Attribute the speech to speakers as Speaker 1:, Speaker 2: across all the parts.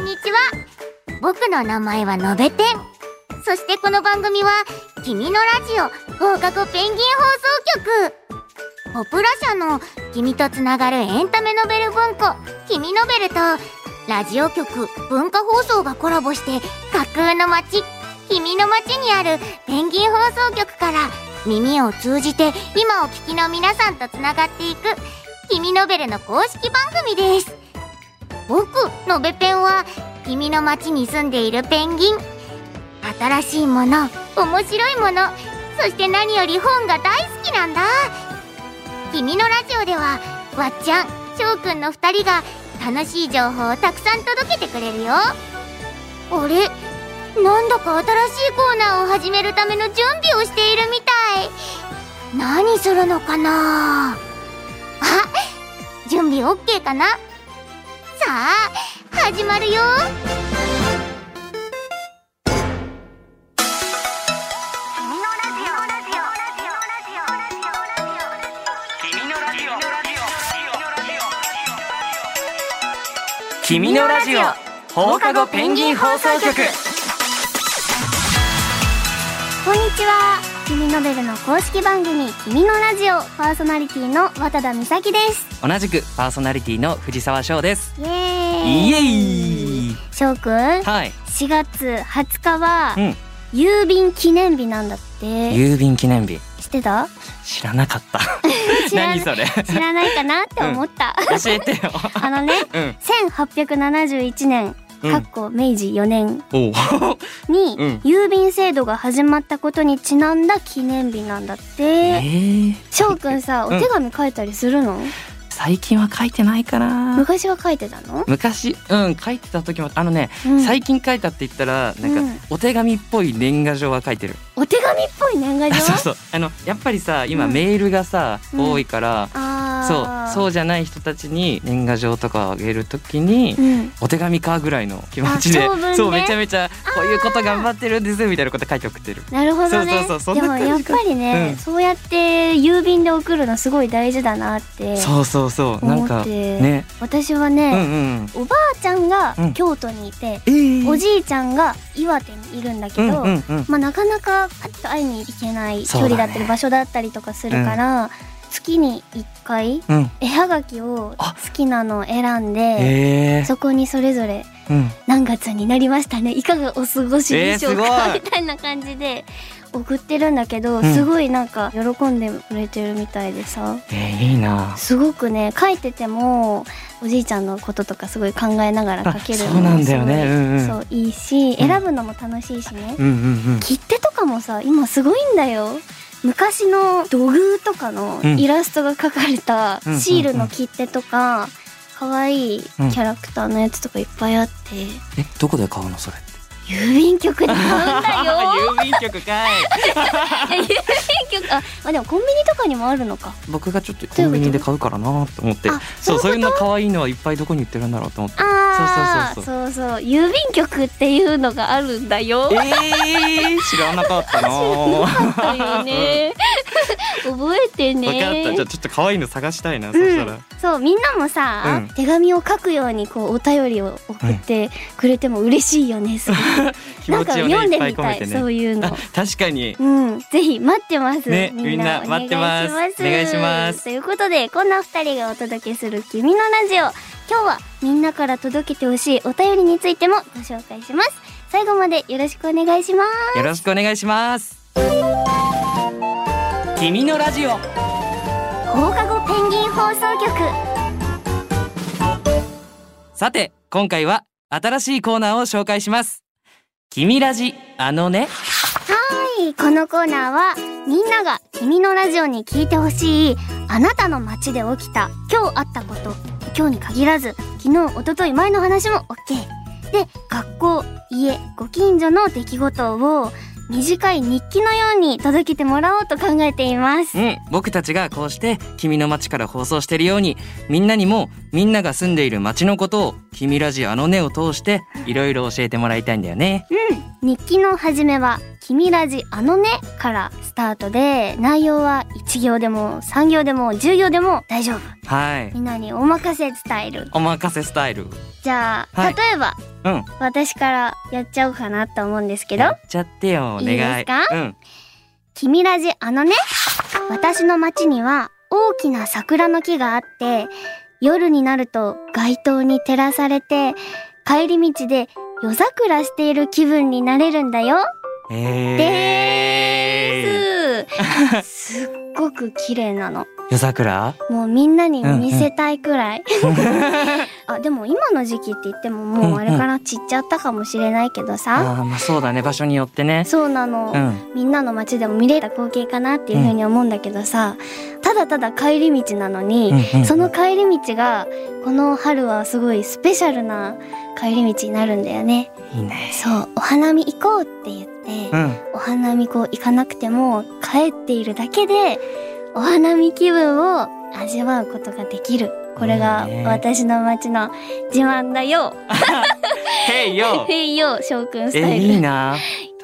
Speaker 1: んにちは僕の名前はのべてんそしてこの番組は「君のラジオ放課後ペンギン放送局」ポプラ社の「君とつながるエンタメノベル文庫「君ノベル」とラジオ局文化放送がコラボして架空の街「君の街」にあるペンギン放送局から耳を通じて今お聞きの皆さんとつながっていく「君ノベル」の公式番組です僕のべペンは君の街に住んでいるペンギン新しいもの面白いものそして何より本が大好きなんだ君のラジオではわっちゃん翔くんの2人が楽しい情報をたくさん届けてくれるよあれなんだか新しいコーナーを始めるための準備をしているみたい何するのかなあ準備 OK かなさあ始まるよ
Speaker 2: 君のラジオ
Speaker 3: 君のラジオ放課後ペンギン放送局
Speaker 1: こんにちは君ノベルの公式番組「君のラジオ」パーソナリティの渡田美咲です
Speaker 3: 同じくパーソナリティの藤沢翔です
Speaker 1: イエーイ
Speaker 3: イエイ
Speaker 1: 翔くん4
Speaker 3: はい、
Speaker 1: 月20日は
Speaker 3: うん、
Speaker 1: 郵便記念日なんだって
Speaker 3: 郵便記念日
Speaker 1: 知ってた
Speaker 3: 知らなかった
Speaker 1: 知ら
Speaker 3: 何
Speaker 1: な
Speaker 3: それ
Speaker 1: 知らないかなって思った、
Speaker 3: 教えてよ
Speaker 1: あのね
Speaker 3: うん
Speaker 1: 1871年
Speaker 3: うん
Speaker 1: かっこ明治4年
Speaker 3: おう
Speaker 1: に
Speaker 3: うん
Speaker 1: 郵便制度が始まったことにちなんだ記念日なんだって
Speaker 3: えー、
Speaker 1: 翔くんさお
Speaker 3: うん
Speaker 1: 手紙書いたりするの、
Speaker 3: 最近は書いてないかな
Speaker 1: 昔は書いてたの、
Speaker 3: 昔うん書いてた時もあのね、
Speaker 1: うん
Speaker 3: 最近書いたって言ったらなんか、
Speaker 1: うん
Speaker 3: お手紙っぽい年賀状は書いてる
Speaker 1: お手紙っぽい年賀状
Speaker 3: そうそうあのやっぱりさ今、
Speaker 1: うん
Speaker 3: メールがさ
Speaker 1: うん
Speaker 3: 多いから、
Speaker 1: あ
Speaker 3: そう
Speaker 1: あ
Speaker 3: そうじゃない人たちに年賀状とかをあげるときに、
Speaker 1: うん、
Speaker 3: お手紙かぐらいの気持ちで
Speaker 1: あ長文ね
Speaker 3: そうめちゃめちゃこういうこと頑張ってるんですみたいなこと書いて送ってる
Speaker 1: なるほどね
Speaker 3: そうそうそうそん
Speaker 1: で
Speaker 3: な
Speaker 1: も
Speaker 3: 感じ
Speaker 1: やっぱりね、
Speaker 3: うん
Speaker 1: そうやって郵便で送るのすごい大事だなって
Speaker 3: そうそうそうなん
Speaker 1: 思っ
Speaker 3: か
Speaker 1: て、
Speaker 3: ね
Speaker 1: 私は
Speaker 3: うんう
Speaker 1: ね、
Speaker 3: ん
Speaker 1: おばあちゃんが
Speaker 3: うん
Speaker 1: 京都にいて、
Speaker 3: えー
Speaker 1: おじいちゃんが岩手にいるんだけ
Speaker 3: う
Speaker 1: ど、
Speaker 3: んうんうん
Speaker 1: まあ、なかなかパッと会いに行けない距
Speaker 3: そうだ
Speaker 1: 離
Speaker 3: ね
Speaker 1: だったり場所だったりとかするから、月に1回
Speaker 3: うん
Speaker 1: 絵はがきを好
Speaker 3: あ
Speaker 1: きなのを選んで、
Speaker 3: えー
Speaker 1: そこにそれぞれ
Speaker 3: うん
Speaker 1: 何月になりましたねいかがお過ごしでしょうか、
Speaker 3: えーすごい
Speaker 1: みたいな感じで送ってるんだけど、
Speaker 3: うん
Speaker 1: すごいなんか喜んでくれてるみたいでさ
Speaker 3: えーいいな
Speaker 1: すごくね書いててもおじいちゃんのこととかすごい考えながら書ける
Speaker 3: あそうなんだよね
Speaker 1: すごい
Speaker 3: うんうん
Speaker 1: そういいし
Speaker 3: うん
Speaker 1: 選ぶのも楽しいしね、
Speaker 3: うんうん
Speaker 1: 切手とかもさ今すごいんだよ昔の土偶とかの
Speaker 3: うん
Speaker 1: イラストが描かれた
Speaker 3: うんうんうん
Speaker 1: シールの切手とか可愛いキャラクターのやつとかいっぱいあって
Speaker 3: えどこで買うのそれ
Speaker 1: 郵便局で 買うんだ よ
Speaker 3: 郵便局かい
Speaker 1: 郵便局あまあでもコンビニとかにもあるのか
Speaker 3: 僕がちょっとコンビニで買うからなと思って
Speaker 1: あ
Speaker 3: そう
Speaker 1: そ
Speaker 3: そうう
Speaker 1: い
Speaker 3: いうう
Speaker 1: こ
Speaker 3: の可愛いのはいっぱいどこに売ってるんだろうと思って
Speaker 1: ああそ
Speaker 3: そうう
Speaker 1: そ
Speaker 3: そう
Speaker 1: 郵便局っていうのがあるんだよ
Speaker 3: えー知らなかったな わか
Speaker 1: あったよね 覚えてね
Speaker 3: ったじゃあちょっと可愛いの探したいなそした
Speaker 1: う
Speaker 3: ら
Speaker 1: ん、そうみんなもさ、
Speaker 3: うん
Speaker 1: 手紙を書くようにこうお便りを送ってくれても嬉しいよね、すごく
Speaker 3: 気
Speaker 1: なん
Speaker 3: 持
Speaker 1: か
Speaker 3: ちを
Speaker 1: 読ん
Speaker 3: ねい
Speaker 1: で
Speaker 3: っぱい
Speaker 1: み
Speaker 3: 込
Speaker 1: た
Speaker 3: め
Speaker 1: い
Speaker 3: てね
Speaker 1: そういうの
Speaker 3: あ確かに
Speaker 1: うん、ぜひ待ってます、
Speaker 3: ね
Speaker 1: みんな
Speaker 3: みんな待ってます
Speaker 1: お願いし
Speaker 3: お願いします
Speaker 1: ということでこんな二人がお届けする「君のラジオ」今日はみんなから届けてほしいお便りについてもご紹介します最後までよろしくお願いします
Speaker 3: よろしくお願いします。君のラジオ。
Speaker 1: 放課後ペンギン放送局
Speaker 3: さて、今回は新しいコーナーを紹介します。君ラジ、あのね。
Speaker 1: はいこのコーナーはみんなが君のラジオに聞いてほしいあなたの街で起きた今日あったこと今日に限らず昨日一昨日前の話も OK で学校家ご近所の出来事を短い日記のように届けてもらおうと考えています
Speaker 3: うん、僕たちがこうして君の街から放送しているように、みんなにもみんなが住んでいる街のことを君ラジ、あのねを通していろいろ教えてもらいたいんだよね。
Speaker 1: 日記の始めは君ラジあのね」からスタートで内容は1行でも3行でも10行でも大丈夫
Speaker 3: はい
Speaker 1: みんなにお任せ伝える
Speaker 3: お任せスタイル
Speaker 1: じゃあ、
Speaker 3: はい
Speaker 1: 例えば
Speaker 3: うん
Speaker 1: 私からやっちゃおうかなと思うんですけど
Speaker 3: やっちゃってよお願い
Speaker 1: いいですか
Speaker 3: うん
Speaker 1: 君ラジあのね私の町には大きな桜の木があって夜になると街灯に照らされて帰り道で夜桜している気分になれるんだよ
Speaker 3: えー、
Speaker 1: すすっごく綺麗な の
Speaker 3: 夜桜
Speaker 1: もうみんなに見せたいくらい あでも今の時期って言ってももうあれから散っちゃったかもしれないけど
Speaker 3: あ
Speaker 1: さ
Speaker 3: あーまあそうだね場所によってね
Speaker 1: そうなの、
Speaker 3: うん
Speaker 1: みんなの街でも見れた光景かなっていうふうに思うんだけどさ、ただただ帰り道なのに、
Speaker 3: うんうん
Speaker 1: その帰り道がこの春はすごいスペシャルな帰り道になるんだよね。
Speaker 3: いいね
Speaker 1: そうお花見行こうって言って、
Speaker 3: うん
Speaker 1: お花見こう行かなくても帰っているだけでお花見気分を味わうことができる。これが
Speaker 3: いいね
Speaker 1: 私の街の自慢だよ。
Speaker 3: へいよ
Speaker 1: へ いよ翔くんスタ
Speaker 3: え
Speaker 1: イル。
Speaker 3: いいな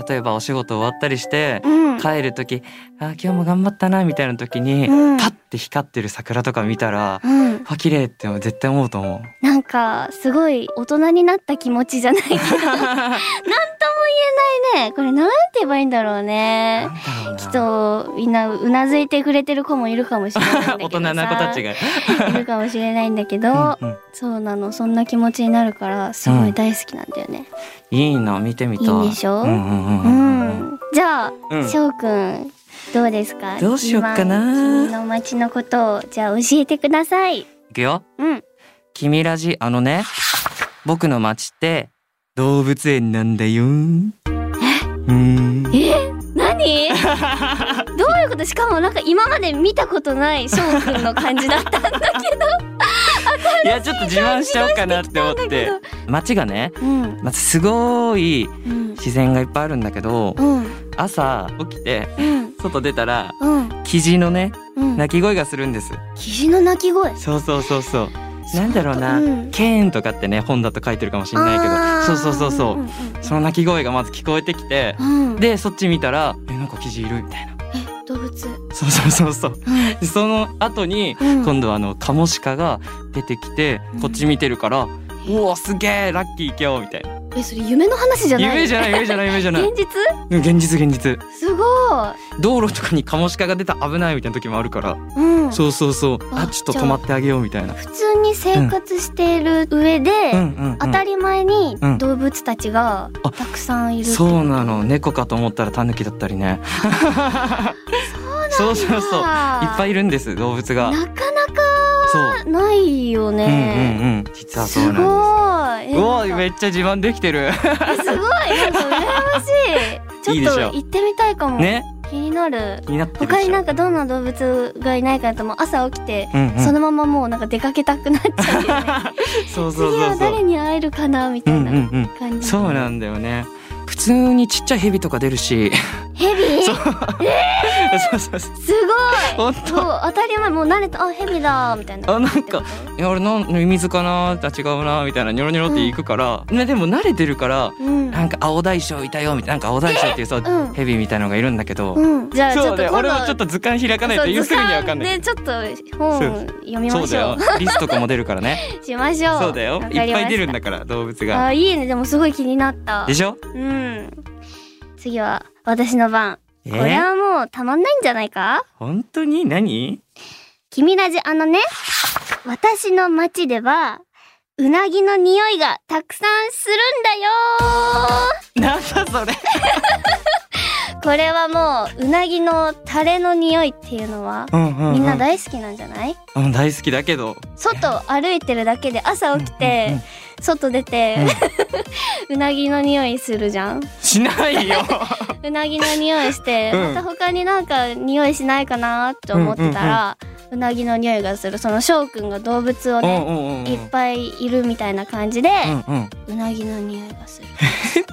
Speaker 3: 例えばお仕事終わったりして
Speaker 1: うん。
Speaker 3: 帰る時あー今日も頑張ったなみたいな時に、
Speaker 1: うん
Speaker 3: パッて光ってる桜とか見たら、
Speaker 1: うん。
Speaker 3: あ綺麗って絶対思うと思う。
Speaker 1: なんかすごい大人になった気持ちじゃない けどなんとも言えないねこれなんて言えばいいんだろう
Speaker 3: な
Speaker 1: ね
Speaker 3: んだろうな
Speaker 1: きっとみんなうなずいてくれてる子もいるかもしれないんだけどさ
Speaker 3: 大人な子たちが。
Speaker 1: いるかもしれないんだけど、
Speaker 3: うんうん
Speaker 1: そうなのそんな気持ちになるからすごい大好きなんだよね、
Speaker 3: いいな見てみたい。
Speaker 1: いいでしょ
Speaker 3: うんうんうん
Speaker 1: う
Speaker 3: うん
Speaker 1: ん
Speaker 3: うん。
Speaker 1: じゃあ、
Speaker 3: うん
Speaker 1: しょうくんどうですか
Speaker 3: どうしよっかな
Speaker 1: 一番君の街のことをじゃあ教えてください
Speaker 3: いくよ。
Speaker 1: うん
Speaker 3: 君ラジあのね僕の町って動物園なんだよ。うん。
Speaker 1: 何どういうことしかもなんか今まで見たことない翔くんの感じだったんだけ
Speaker 3: いやちょっと自慢しちゃおうかなって思っ
Speaker 1: ど
Speaker 3: て。町がね
Speaker 1: うん
Speaker 3: まずすごい
Speaker 1: うん
Speaker 3: 自然がいっぱいあるんだけど
Speaker 1: うん
Speaker 3: 朝起きて
Speaker 1: うん
Speaker 3: 外出たら
Speaker 1: うん
Speaker 3: キジのね
Speaker 1: うん
Speaker 3: 鳴き声がするんです。
Speaker 1: キジの鳴き声
Speaker 3: そうそうそうそう。なんだろうな、
Speaker 1: うん
Speaker 3: ケーンとかってね本だと書いてるかもしれないけど、そうそうそうそう。その鳴き声がまず聞こえてきて、
Speaker 1: うんうん、
Speaker 3: でそっち見たらえなんかキジいるみたいな。
Speaker 1: え動物
Speaker 3: そうそうそうそう。でその後に、
Speaker 1: うん
Speaker 3: 今度はあのカモシカが出てきて
Speaker 1: うん
Speaker 3: こっち見てるから、うおすげえラッキー今日みたいな。
Speaker 1: えそれ夢の話じゃない
Speaker 3: 夢じゃない夢じゃない夢じゃない。
Speaker 1: 現実
Speaker 3: うん現実現実。
Speaker 1: すご
Speaker 3: 道路とかにカモシカが出た危ないみたいな時もあるから、
Speaker 1: い、うん、
Speaker 3: そうそうそう。
Speaker 1: あ
Speaker 3: あちょっと止まってあげようみたいな。
Speaker 1: 普通に生活している上で、
Speaker 3: うんうん、うん。
Speaker 1: 当たり前に
Speaker 3: うん
Speaker 1: 動物たちが
Speaker 3: あ
Speaker 1: たくさんいるってこと
Speaker 3: そうなの猫かと思ったらタヌキだったりねそうそうそういっぱいいるんです動物が
Speaker 1: なかなか
Speaker 3: そう、
Speaker 1: ないよ
Speaker 3: うん
Speaker 1: ね、
Speaker 3: うんうん実は
Speaker 1: す
Speaker 3: そうなん
Speaker 1: ご
Speaker 3: で
Speaker 1: い
Speaker 3: すうわめ
Speaker 1: っ
Speaker 3: っちゃ自慢できてる
Speaker 1: すごいなんか羨ましい
Speaker 3: い
Speaker 1: ち
Speaker 3: いで
Speaker 1: ょっと
Speaker 3: しょ
Speaker 1: 行ってみたいかも、
Speaker 3: ね
Speaker 1: 気になる
Speaker 3: 気になってるでしょ
Speaker 1: 他になんかどんな動物がいないかなとも朝起きて、
Speaker 3: うんうん
Speaker 1: そのままもうなんか出かけたくなっちゃうよね
Speaker 3: そう
Speaker 1: 次
Speaker 3: そうそう
Speaker 1: は
Speaker 3: そう
Speaker 1: 誰に会えるかなみ
Speaker 3: う
Speaker 1: たい
Speaker 3: んう
Speaker 1: なん
Speaker 3: うん
Speaker 1: 感じ、
Speaker 3: そうなんだよね普通にちっちゃいヘビとか出 るし
Speaker 1: ヘビす
Speaker 3: そ
Speaker 1: ご
Speaker 3: うそうそうそう
Speaker 1: い
Speaker 3: 本
Speaker 1: も
Speaker 3: 当
Speaker 1: う当たり前もう慣れたあヘビだみたいな
Speaker 3: あなんかいや俺のミミズかなあ違うなみたいなニョロニョロって行くから、ねでも慣れてるから
Speaker 1: うん
Speaker 3: なんか青大将いたよみたいななんか青大将っていうさ、
Speaker 1: うん
Speaker 3: ヘビみたいのがいるんだけど、
Speaker 1: うんじゃあちょ
Speaker 3: そ
Speaker 1: っ
Speaker 3: う
Speaker 1: と
Speaker 3: ね
Speaker 1: 今度
Speaker 3: 俺もちょっと図鑑開かないとゆっくりにはわかんない
Speaker 1: そう図鑑でちょっと本読み
Speaker 3: そ
Speaker 1: ま
Speaker 3: う
Speaker 1: し
Speaker 3: だ
Speaker 1: ょ
Speaker 3: よ
Speaker 1: う
Speaker 3: リストとかも出るか らね
Speaker 1: しましょう
Speaker 3: そうだよ
Speaker 1: わか
Speaker 3: いっ
Speaker 1: りまし
Speaker 3: ぱい
Speaker 1: た
Speaker 3: 出るんだから動物が
Speaker 1: あいいねでもすごい気になった
Speaker 3: でしょ
Speaker 1: うん次は私の番
Speaker 3: え
Speaker 1: これはもうたまんないんじゃないか
Speaker 3: 本当に何
Speaker 1: 君ラジあのね私の町ではうなぎの匂いがたくさんするんだよ
Speaker 3: なんだそれ
Speaker 1: これはもううなぎのタレの匂いっていうのは
Speaker 3: うんうん、うん、
Speaker 1: みんな大好きなんじゃない
Speaker 3: うん大好きだけど
Speaker 1: 外歩いてるだけで朝起きて、
Speaker 3: うんうん
Speaker 1: 外出て、 うなぎの匂いするじゃん
Speaker 3: しな いよ
Speaker 1: うなぎの匂いして、
Speaker 3: うん
Speaker 1: また他になんか匂いしないかなと思ってたら、うなぎの匂いがするその翔くんが動物を
Speaker 3: うん
Speaker 1: ね、
Speaker 3: うんうんうん
Speaker 1: いっぱいいるみたいな感じで、
Speaker 3: うんうん、
Speaker 1: うなぎの匂いがする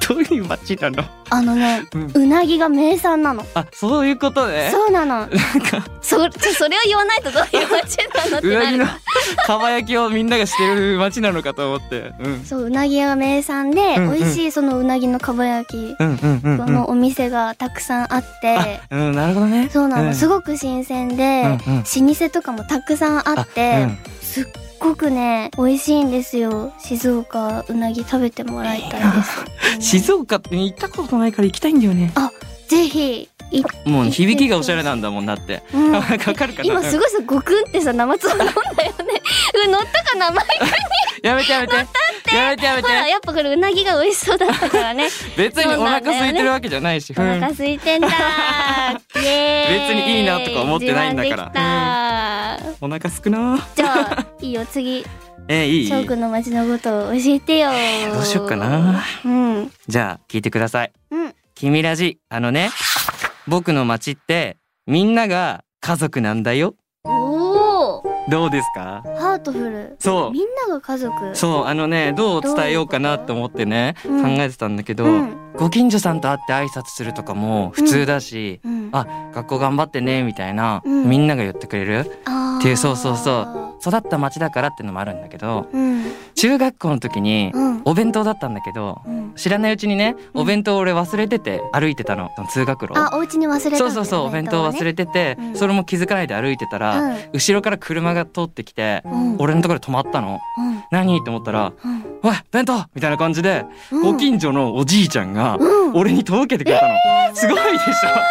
Speaker 3: どういう街なの
Speaker 1: あのね、
Speaker 3: うん
Speaker 1: うなぎが名産なの
Speaker 3: あそういうことね
Speaker 1: そうなの
Speaker 3: なんか
Speaker 1: そちょそれを言わないとどういう街なのって
Speaker 3: う
Speaker 1: な
Speaker 3: なぎ
Speaker 1: る
Speaker 3: の輝きをみんながしてる街なのかと思って。うん。
Speaker 1: そううなぎが名産で、
Speaker 3: うんうん
Speaker 1: 美味しいそのうなぎのかば焼き
Speaker 3: うんうんうんうん。
Speaker 1: のお店がたくさんあって、
Speaker 3: あ、うん、なるほどね。
Speaker 1: そうなの、
Speaker 3: ん
Speaker 1: すごく新鮮で、
Speaker 3: うんうん
Speaker 1: 老舗とかもたくさんあって、
Speaker 3: うん
Speaker 1: すっごくね美味しいんですよ静岡うなぎ食べてもらいたいです、
Speaker 3: 静岡って行ったことないから行きたいんだよね。
Speaker 1: ぜひい、
Speaker 3: もう響きがおしゃれなんだもんだって。
Speaker 1: う ん
Speaker 3: わかるかな。
Speaker 1: 今す
Speaker 3: うん
Speaker 1: ごいさごくんってさ生つを飲んだよね うん乗ったかな前
Speaker 3: やめてやめて。やめてやめ
Speaker 1: ほ
Speaker 3: て。
Speaker 1: らやっぱこれうなぎが美味しそうだったから ね
Speaker 3: 別にお腹空いてるわけじゃないし。
Speaker 1: お腹
Speaker 3: うん
Speaker 1: 空いて んだイエーイ
Speaker 3: 別にいいなとか思ってないんだから
Speaker 1: 自慢できた
Speaker 3: お腹すくなー。
Speaker 1: じゃあいいよ次
Speaker 3: えー、いい
Speaker 1: 翔くんの街のことを教えてよ
Speaker 3: どうしよっかな
Speaker 1: うん
Speaker 3: じゃあ聞いてください。
Speaker 1: うん
Speaker 3: 君ラジ、あのね、僕の街ってみんなが家族なんだよ。
Speaker 1: おお
Speaker 3: どうですか
Speaker 1: ハートフル
Speaker 3: そう
Speaker 1: みんなが家族
Speaker 3: そう、あのね、どう伝えようかなと思ってね、考
Speaker 1: うん
Speaker 3: えてたんだけど、
Speaker 1: うん
Speaker 3: ご近所さんと会って挨拶するとかも普通だし、
Speaker 1: うん
Speaker 3: あ学校頑張ってね、みたいな、
Speaker 1: うん
Speaker 3: みんなが言ってくれる。
Speaker 1: あ
Speaker 3: っていうそうそうそ育った街だからってのもあるんだけど、
Speaker 1: ううん
Speaker 3: 中学校の時に
Speaker 1: うん
Speaker 3: お弁当だったんだけど、
Speaker 1: うん
Speaker 3: 知らないうちにね、お弁当俺忘れてて歩いてたの、その通学路。
Speaker 1: あお家に忘れたんだよ
Speaker 3: そ
Speaker 1: ね
Speaker 3: うそうそうお弁当忘れてて、
Speaker 1: うん
Speaker 3: それも気づかないで歩いてたら、
Speaker 1: うん
Speaker 3: 後ろから車が通ってきて、
Speaker 1: うん
Speaker 3: 俺のところで止まったの
Speaker 1: うん
Speaker 3: 何って思ったら
Speaker 1: うん
Speaker 3: 「おい弁当!」みたいな感じで、
Speaker 1: うん
Speaker 3: ご近所のおじいちゃんが
Speaker 1: うん
Speaker 3: 俺に届けてくれたの、すごいでしょ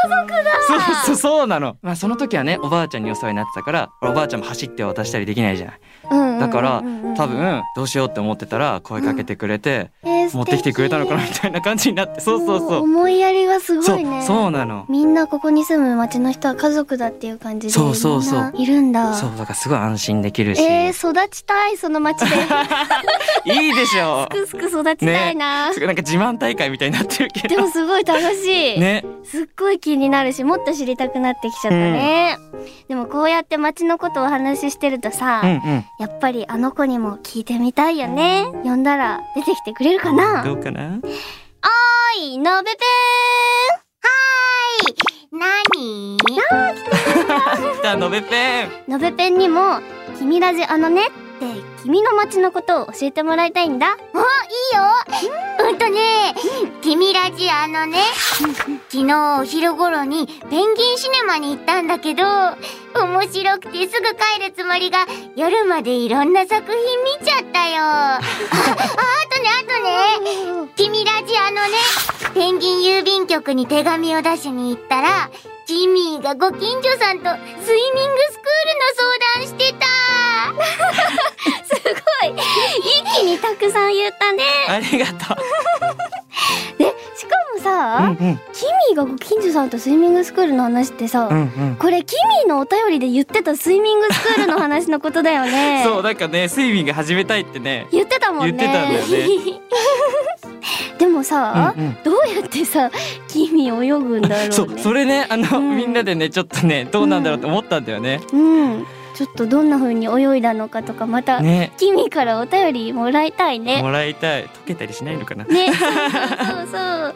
Speaker 3: 家族だそうそうそうなのまあその時はねおばあちゃんにお世話になってたからおばあちゃんも走って渡したりできないじゃない
Speaker 1: うん
Speaker 3: だから
Speaker 1: うんうんうん
Speaker 3: 多分どうしようって思ってたら声かけてくれて、
Speaker 1: えー
Speaker 3: 持ってきてくれたのかなみ
Speaker 1: 素
Speaker 3: たいな感じになってそう
Speaker 1: 敵
Speaker 3: そうそ
Speaker 1: お
Speaker 3: う、
Speaker 1: 思いやりがすご
Speaker 3: そ
Speaker 1: いね
Speaker 3: うそうなの
Speaker 1: みんなここに住む町の人は家族だっていう感じで
Speaker 3: そうそうそう
Speaker 1: みんないるんだ
Speaker 3: そうだからすごい安心できるし、
Speaker 1: えー、育ちたいその 町で
Speaker 3: いいでしょ
Speaker 1: すくすく育ちたいな、
Speaker 3: すごいなんか自慢大会みたいになってるけ
Speaker 1: で
Speaker 3: ど
Speaker 1: もすごい楽しい、
Speaker 3: ね
Speaker 1: すっごい気になるしもっと知りたくなってきちゃったね、でもこうやって町のことをお話ししてるとさ、
Speaker 3: うんうん
Speaker 1: やっぱりあの子にも聞いてみたいよね呼んだら出てきてくれるかな
Speaker 3: どうかな
Speaker 1: おいのべぺ
Speaker 2: なに
Speaker 3: じゃあのべぺ ん
Speaker 1: ーんのべぺんにも「君ラジあのね」って君の町のことを教えてもらいたいんだ
Speaker 2: うんとね、君ラジあのね、昨日お昼頃にペンギンシネマに行ったんだけど、面白くてすぐ帰るつもりが夜までいろんな作品見ちゃった よ。あ、あとね、あとね、君ラジあのね、ペンギン郵便局に手紙を出しに行ったら、ジミーがご近所さんとスイミングスクールの相談してた。
Speaker 1: 一気にたくさん言ったね
Speaker 3: ありがと
Speaker 1: でしかも
Speaker 3: うう
Speaker 1: さ、
Speaker 3: んうん
Speaker 1: キミがご近所さんとスイミングスクールの話ってさ、
Speaker 3: うんうん
Speaker 1: これキミのお便りで言ってたスイミングスクールの話のことだよね
Speaker 3: そうなんかね睡眠が始めたいってね
Speaker 1: 言ってたもんね
Speaker 3: 言ってたんだよね
Speaker 1: でもさ、
Speaker 3: うんうん
Speaker 1: どうやってさキミ泳ぐんだろうね
Speaker 3: そうそれねあの、
Speaker 1: うん
Speaker 3: みんなでねちょっとねどうなんだろうって思ったんだよね、
Speaker 1: うんちょっとどんな風に泳いだのかとかまた、
Speaker 3: ね
Speaker 1: キミからお便りもらいたいね
Speaker 3: もらいたい溶けたりしないのかなこ
Speaker 1: ねそうそう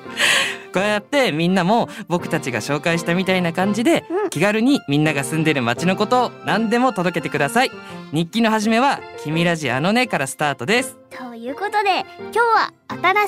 Speaker 3: うやってみんなも僕たちが紹介したみたいな感じで、
Speaker 1: うん
Speaker 3: 気軽にみんなが住んでる街のことを何でも届けてください日記の始めは「君ラジあのね」からスタートです
Speaker 1: そうということで今日は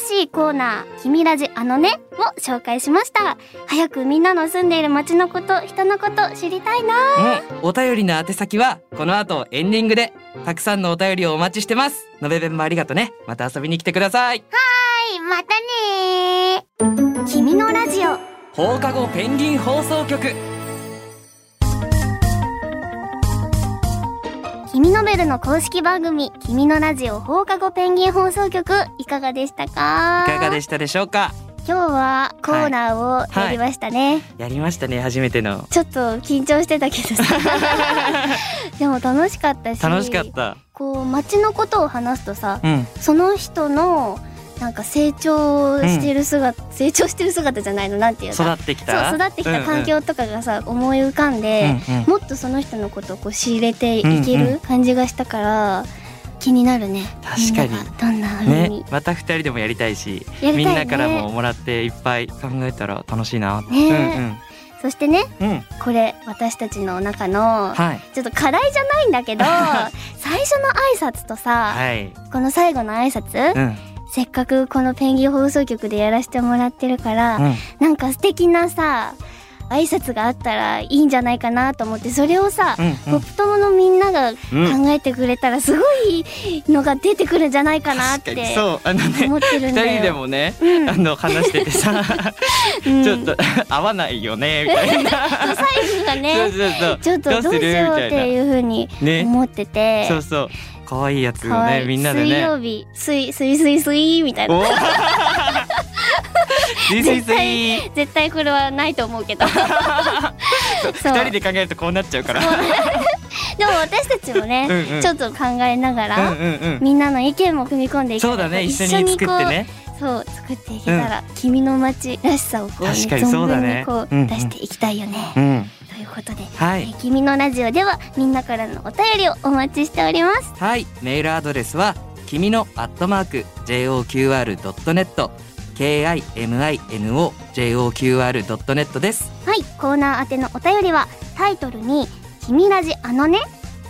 Speaker 1: 新しいコーナー「君ラジあのね」を紹介しました早くみんなの住んでいる街のこと人のこと知りたいな
Speaker 3: お便りの宛先はこの後エンディングでたくさんのお便りをお待ちしてますのべべんもありがとねまた遊びに来てください
Speaker 2: はい、またねー。
Speaker 1: 君のラジオ
Speaker 3: 放課後ペンギン放送局
Speaker 1: 君のベルの公式番組「君のラジオ放課後ペンギン放送局」いかがでしたか
Speaker 3: いかがでしたでしょうか
Speaker 1: 今日はコーナーをやりましたね、
Speaker 3: やりましたね初めての
Speaker 1: ちょっと緊張してたけ どさでも楽しかったし
Speaker 3: 楽しかった
Speaker 1: こう街のことを話すとさ
Speaker 3: うん
Speaker 1: その人のなんか成長してる姿、成長してる姿じゃないのなんていうの
Speaker 3: 育ってきた
Speaker 1: そう育ってきた環境とかがさ、思い浮かん
Speaker 3: うんうん
Speaker 1: で、
Speaker 3: うんうん
Speaker 1: もっとその人のことをこう仕入れていけ
Speaker 3: うんう
Speaker 1: る感じがしたから、気になるね
Speaker 3: 確かに
Speaker 1: みんながどんな風に、
Speaker 3: ね、また二人でもやりたいし
Speaker 1: やりたいね
Speaker 3: みんなからももらっていっぱい考えたら楽しいな、
Speaker 1: ね
Speaker 3: うんうん
Speaker 1: そそしてね
Speaker 3: うん
Speaker 1: これ私たちの中の
Speaker 3: はい
Speaker 1: ちょっと課題じゃないんだけど最初の挨拶とさ、
Speaker 3: はい
Speaker 1: この最後の挨拶、
Speaker 3: うんうん
Speaker 1: せっかくこのペンギン放送局でやらせてもらってるから、なんか素敵なさ挨拶があったらいいんじゃないかなと思ってそれをさ、
Speaker 3: うん
Speaker 1: ポップ友のみんなが考
Speaker 3: うんうん
Speaker 1: えてくれたらすごいのが出てくるんじゃないかなって
Speaker 3: 確かにそうあのね
Speaker 1: 思ってるんだ
Speaker 3: 二
Speaker 1: よ。
Speaker 3: 人でもね
Speaker 1: うん
Speaker 3: あの話しててさ
Speaker 1: うん
Speaker 3: ちょっと合わないよねみた いな
Speaker 1: そう最後が
Speaker 3: そう
Speaker 1: ね
Speaker 3: そうそう
Speaker 1: ちょっとどうしようっていうふうに
Speaker 3: ね
Speaker 1: 思ってて、
Speaker 3: そうそう可愛いやつ
Speaker 1: か
Speaker 3: を
Speaker 1: わい
Speaker 3: ね
Speaker 1: い
Speaker 3: みんなで
Speaker 1: 水
Speaker 3: ね
Speaker 1: 曜日すいすいすいすいみたいな
Speaker 3: おースイスイスイ
Speaker 1: 絶対これはないと思うけどそう
Speaker 3: 二人で考えるとこうなっちゃうから
Speaker 1: でも私たちもね
Speaker 3: うんうん
Speaker 1: ちょっと考えながら、
Speaker 3: うんうんうん
Speaker 1: みんなの意見も組み込んでいけ
Speaker 3: そ
Speaker 1: た
Speaker 3: う
Speaker 1: ら
Speaker 3: だね一緒に作ってね
Speaker 1: そう作っていけたら、君の街らしさをこう、ね、
Speaker 3: 確かにそうだね
Speaker 1: 存分にこう、
Speaker 3: うんうん
Speaker 1: 出していきたいよね。
Speaker 3: うん
Speaker 1: ということで、
Speaker 3: は
Speaker 1: え
Speaker 3: い
Speaker 1: ー君のラジオではみんなからのお便りをお待ちしております。
Speaker 3: はいメールアドレスは君のアットマーク JOQR.net KIMINO JOQR.net です
Speaker 1: はい、コーナー宛てのお便りはタイトルに「君ラジあのね」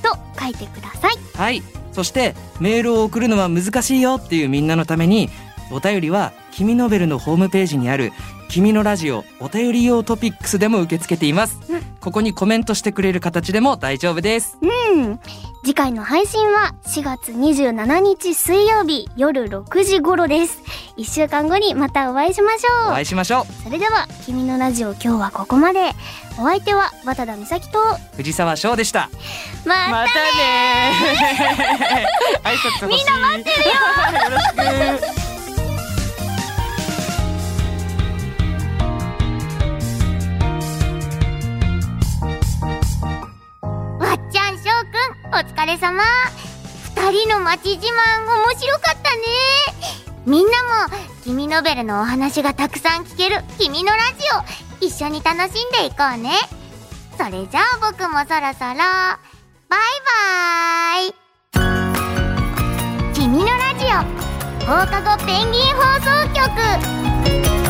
Speaker 1: と書いてください。
Speaker 3: はいそしてメールを送るのは難しいよっていうみんなのためにお便りは君ノベルのホームページにある君のラジオお便り用トピックスでも受け付けています、
Speaker 1: うん
Speaker 3: ここにコメントしてくれる形でも大丈夫です
Speaker 1: うん、次回の配信は4月27日水曜日夜6時頃です。1週間後にまたお会いしましょ
Speaker 3: お
Speaker 1: う。
Speaker 3: 会いしましょう
Speaker 1: それでは「君のラジオ」今日はここまでお相手は渡田美咲と
Speaker 3: 藤沢翔でした
Speaker 1: ま
Speaker 3: またねー 挨拶欲しいみんな待ってるよよろしく
Speaker 2: わっちゃん翔くんお疲れ様二人の町自慢面白かったねみんなも君ノベルのお話がたくさん聞ける君のラジオ一緒に楽しんでいこうねそれじゃあ僕もそろそろバイバーイ君のラジオ放課後ペンギン放送局